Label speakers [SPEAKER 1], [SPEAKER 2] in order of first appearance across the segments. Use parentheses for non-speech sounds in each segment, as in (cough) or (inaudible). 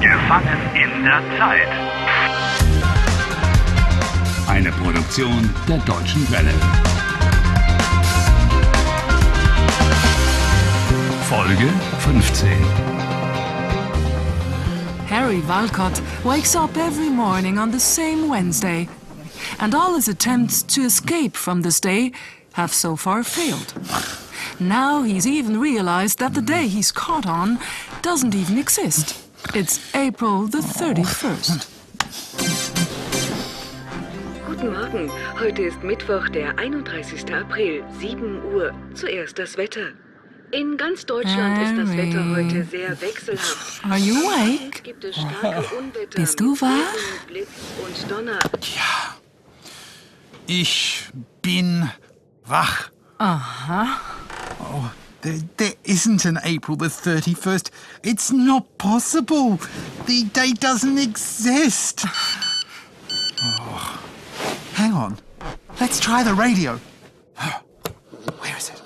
[SPEAKER 1] Gefangen in der Zeit.
[SPEAKER 2] Eine Produktion der Deutschen Welle. Folge 15.
[SPEAKER 3] Harry Walcott wakes up every morning on the same Wednesday, and all his attempts to escape from this day have so far failed. Now he's even realized that the day he's caught on doesn't even exist. It's April the 31st.
[SPEAKER 4] Guten Morgen, heute ist Mittwoch, der 31. April, 7 Uhr. Zuerst das Wetter. In ganz Deutschland ist das
[SPEAKER 3] Harry.
[SPEAKER 4] Wetter heute sehr wechselhaft.
[SPEAKER 3] Are you awake?
[SPEAKER 4] Gibt es starke Unwetter,
[SPEAKER 3] Bist du
[SPEAKER 4] mit
[SPEAKER 3] wach?
[SPEAKER 4] Regen, Blitz und Donner.
[SPEAKER 5] Ich bin wach. Aha. Oh, there, there isn't an April the 31st. It's not possible. The day doesn't exist. Oh. Hang on. Let's try the radio. (gasps) Where is it?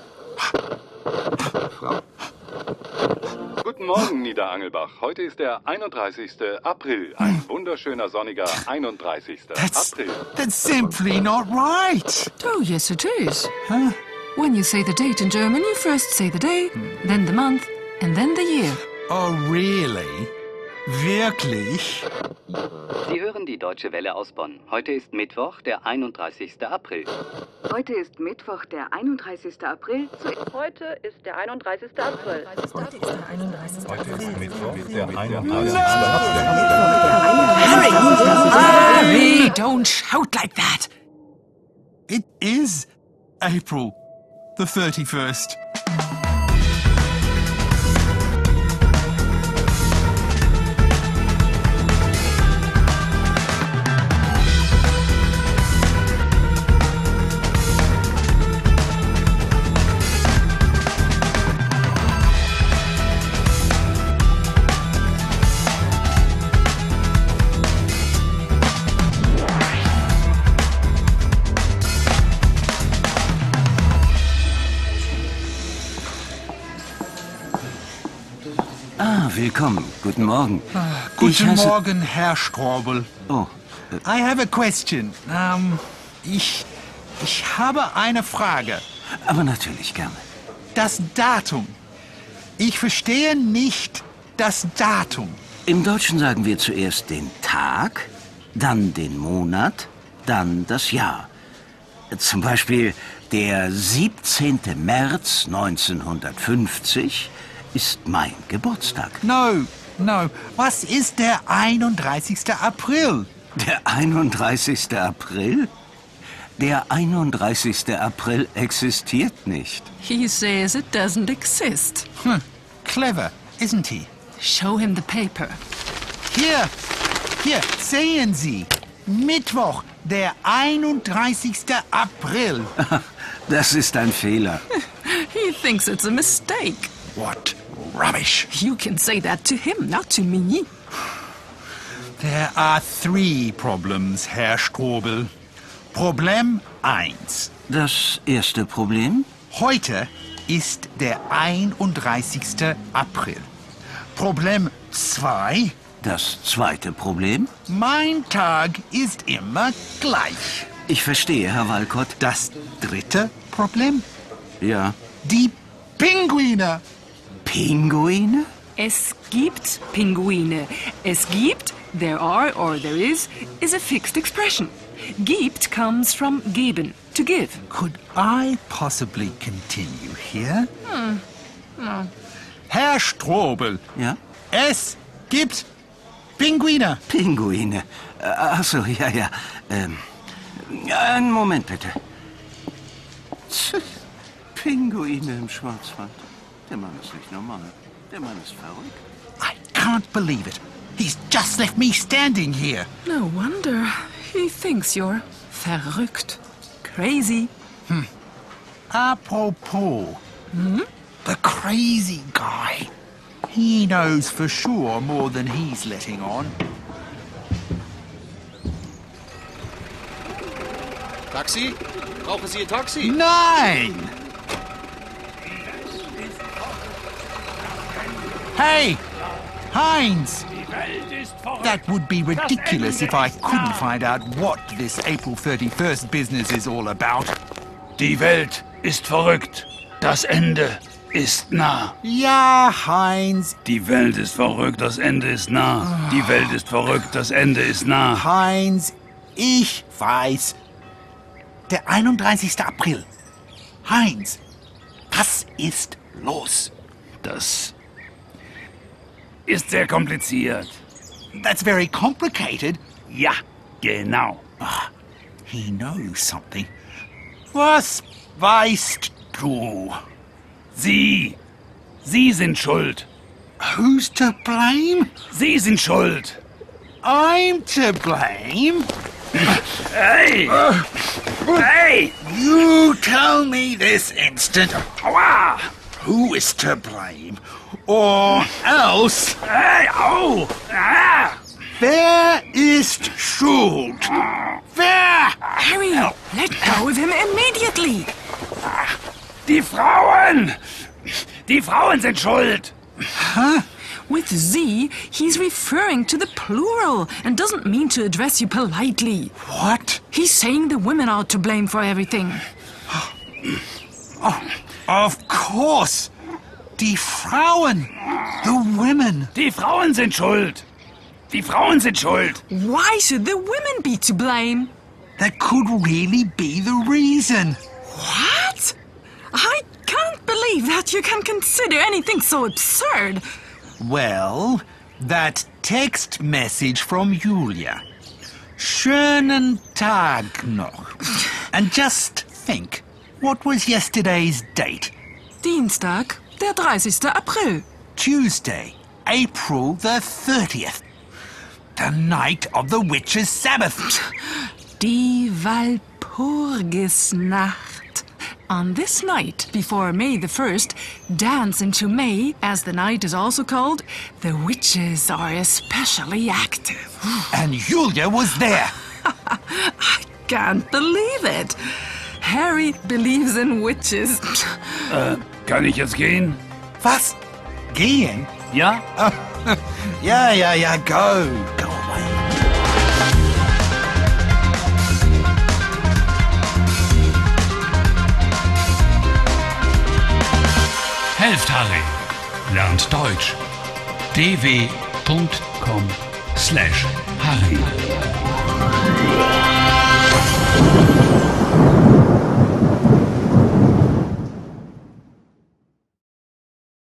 [SPEAKER 6] Guten Morgen, Niederangelbach. Heute ist der 31. April. Ein wunderschöner sonniger 31.
[SPEAKER 5] That's,
[SPEAKER 6] April.
[SPEAKER 5] that's simply not right.
[SPEAKER 3] Oh, yes, it is. When you say the date in German, you first say the day, then the month, and then the year.
[SPEAKER 5] Oh, really? Wirklich?
[SPEAKER 7] Sie hören die Deutsche Welle aus Bonn. Heute ist Mittwoch, der 31. April.
[SPEAKER 4] Heute ist Mittwoch, der 31. April. Zu
[SPEAKER 8] Heute ist der 31. April.
[SPEAKER 3] Harry, don't shout like that.
[SPEAKER 5] It is April the 31st.
[SPEAKER 7] Ah, willkommen. Guten Morgen. ich
[SPEAKER 5] Guten
[SPEAKER 7] heiße...
[SPEAKER 5] Morgen, Herr Strobel.
[SPEAKER 7] Oh,
[SPEAKER 5] I have a question. Ähm, ich, ich habe eine Frage.
[SPEAKER 7] aber natürlich gerne.
[SPEAKER 5] Das Datum. Ich verstehe nicht das Datum.
[SPEAKER 7] Im Deutschen sagen wir zuerst den Tag, dann den Monat, dann das Jahr. Zum Beispiel der 17. März 1950 ist mein Geburtstag.
[SPEAKER 5] No, no. Was ist der 31. April?
[SPEAKER 7] Der 31. April? Der 31. April existiert nicht.
[SPEAKER 3] He says it doesn't exist.
[SPEAKER 5] Hm, clever, isn't he?
[SPEAKER 3] Show him the paper.
[SPEAKER 5] Hier, hier, sehen Sie. Mittwoch, der 31. April.
[SPEAKER 7] Das ist ein Fehler.
[SPEAKER 3] He thinks it's a mistake.
[SPEAKER 5] (laughs) What rubbish.
[SPEAKER 3] You can say that to him, not to me.
[SPEAKER 5] There are three problems, Herr Strobel. Problem 1.
[SPEAKER 7] Das erste Problem?
[SPEAKER 5] Heute ist der 31. April. Problem 2.
[SPEAKER 7] Das zweite Problem?
[SPEAKER 5] Mein Tag ist immer gleich.
[SPEAKER 7] Ich verstehe, Herr Walcott.
[SPEAKER 5] Das dritte Problem.
[SPEAKER 7] Ja.
[SPEAKER 5] Die Pinguine.
[SPEAKER 7] Pinguine?
[SPEAKER 3] Es gibt Pinguine. Es gibt, there are or there is, is a fixed expression. Gibt comes from geben, to give.
[SPEAKER 5] Could I possibly continue here? Herr Strobel,
[SPEAKER 7] Ja?
[SPEAKER 5] es gibt Pinguine.
[SPEAKER 7] Pinguine. Äh, Ach so, ja, ja. Ähm, einen Moment bitte. Tch, Pinguine im Schwarzwald. Der Mann ist nicht normal. Der Mann ist verrückt.
[SPEAKER 5] I can't believe it. He's just left me standing here.
[SPEAKER 3] No wonder. He thinks you're verrückt. Crazy.
[SPEAKER 5] Apropos, the crazy guy. He knows for sure more than he's letting on.
[SPEAKER 9] Taxi? Brauchen Sie ein Taxi?
[SPEAKER 5] Nine! Hey! Heinz! That would be ridiculous if I couldn't find out what this April 31st business is all about.
[SPEAKER 2] Die Welt ist verrückt. Das Ende ist nah.
[SPEAKER 5] Ja, Heinz,
[SPEAKER 2] Die Welt ist verrückt. Das Ende ist nah. Die Welt ist verrückt. Das Ende ist nah.
[SPEAKER 5] Heinz, ich weiß. Der 31. April. Heinz, was ist los?
[SPEAKER 2] Das ist sehr kompliziert.
[SPEAKER 5] That's very complicated. Ah,
[SPEAKER 2] Ja, genau.
[SPEAKER 5] He knows something. Was weißt du?
[SPEAKER 2] Sie. Sie sind schuld.
[SPEAKER 5] Who's to blame?
[SPEAKER 2] Sie sind schuld.
[SPEAKER 5] I'm to blame.
[SPEAKER 2] Hey! Hey!
[SPEAKER 5] You tell me this instant.
[SPEAKER 2] Aua!
[SPEAKER 5] Who is to blame? Or else,
[SPEAKER 2] Hey! Au! Ah!
[SPEAKER 5] wer ist schuld? Wer?
[SPEAKER 3] Harry, let go of him immediately.
[SPEAKER 2] Die Frauen! Die Frauen sind schuld!
[SPEAKER 3] With Z, he's referring to the plural and doesn't mean to address you politely.
[SPEAKER 5] What?
[SPEAKER 3] He's saying the women are to blame for everything.
[SPEAKER 5] Of course. Die Frauen. The women.
[SPEAKER 2] Die Frauen sind schuld! Die Frauen sind schuld!
[SPEAKER 3] Why should the women be to blame?
[SPEAKER 5] That could really be the reason.
[SPEAKER 3] What? I can't believe that you can consider anything so absurd.
[SPEAKER 5] Well, that text message from Julia. Schönen Tag noch. And just think, what was yesterday's date?
[SPEAKER 3] Dienstag, der 30. April.
[SPEAKER 5] Tuesday, April the 30th. The night of the witches' Sabbath.
[SPEAKER 3] Die Walpurgisnacht. On this night, before May the 1st, Dance into May, as the night is also called, the witches are especially active.
[SPEAKER 5] And Julia was there.
[SPEAKER 3] Can't believe it! Harry believes in witches. (laughs)
[SPEAKER 2] Kann ich jetzt gehen?
[SPEAKER 5] Was? Gehen?
[SPEAKER 2] Ja?
[SPEAKER 5] Yeah, yeah, yeah, go. Go away.
[SPEAKER 2] Helft Harry. Lernt Deutsch. dw.com slash Harry.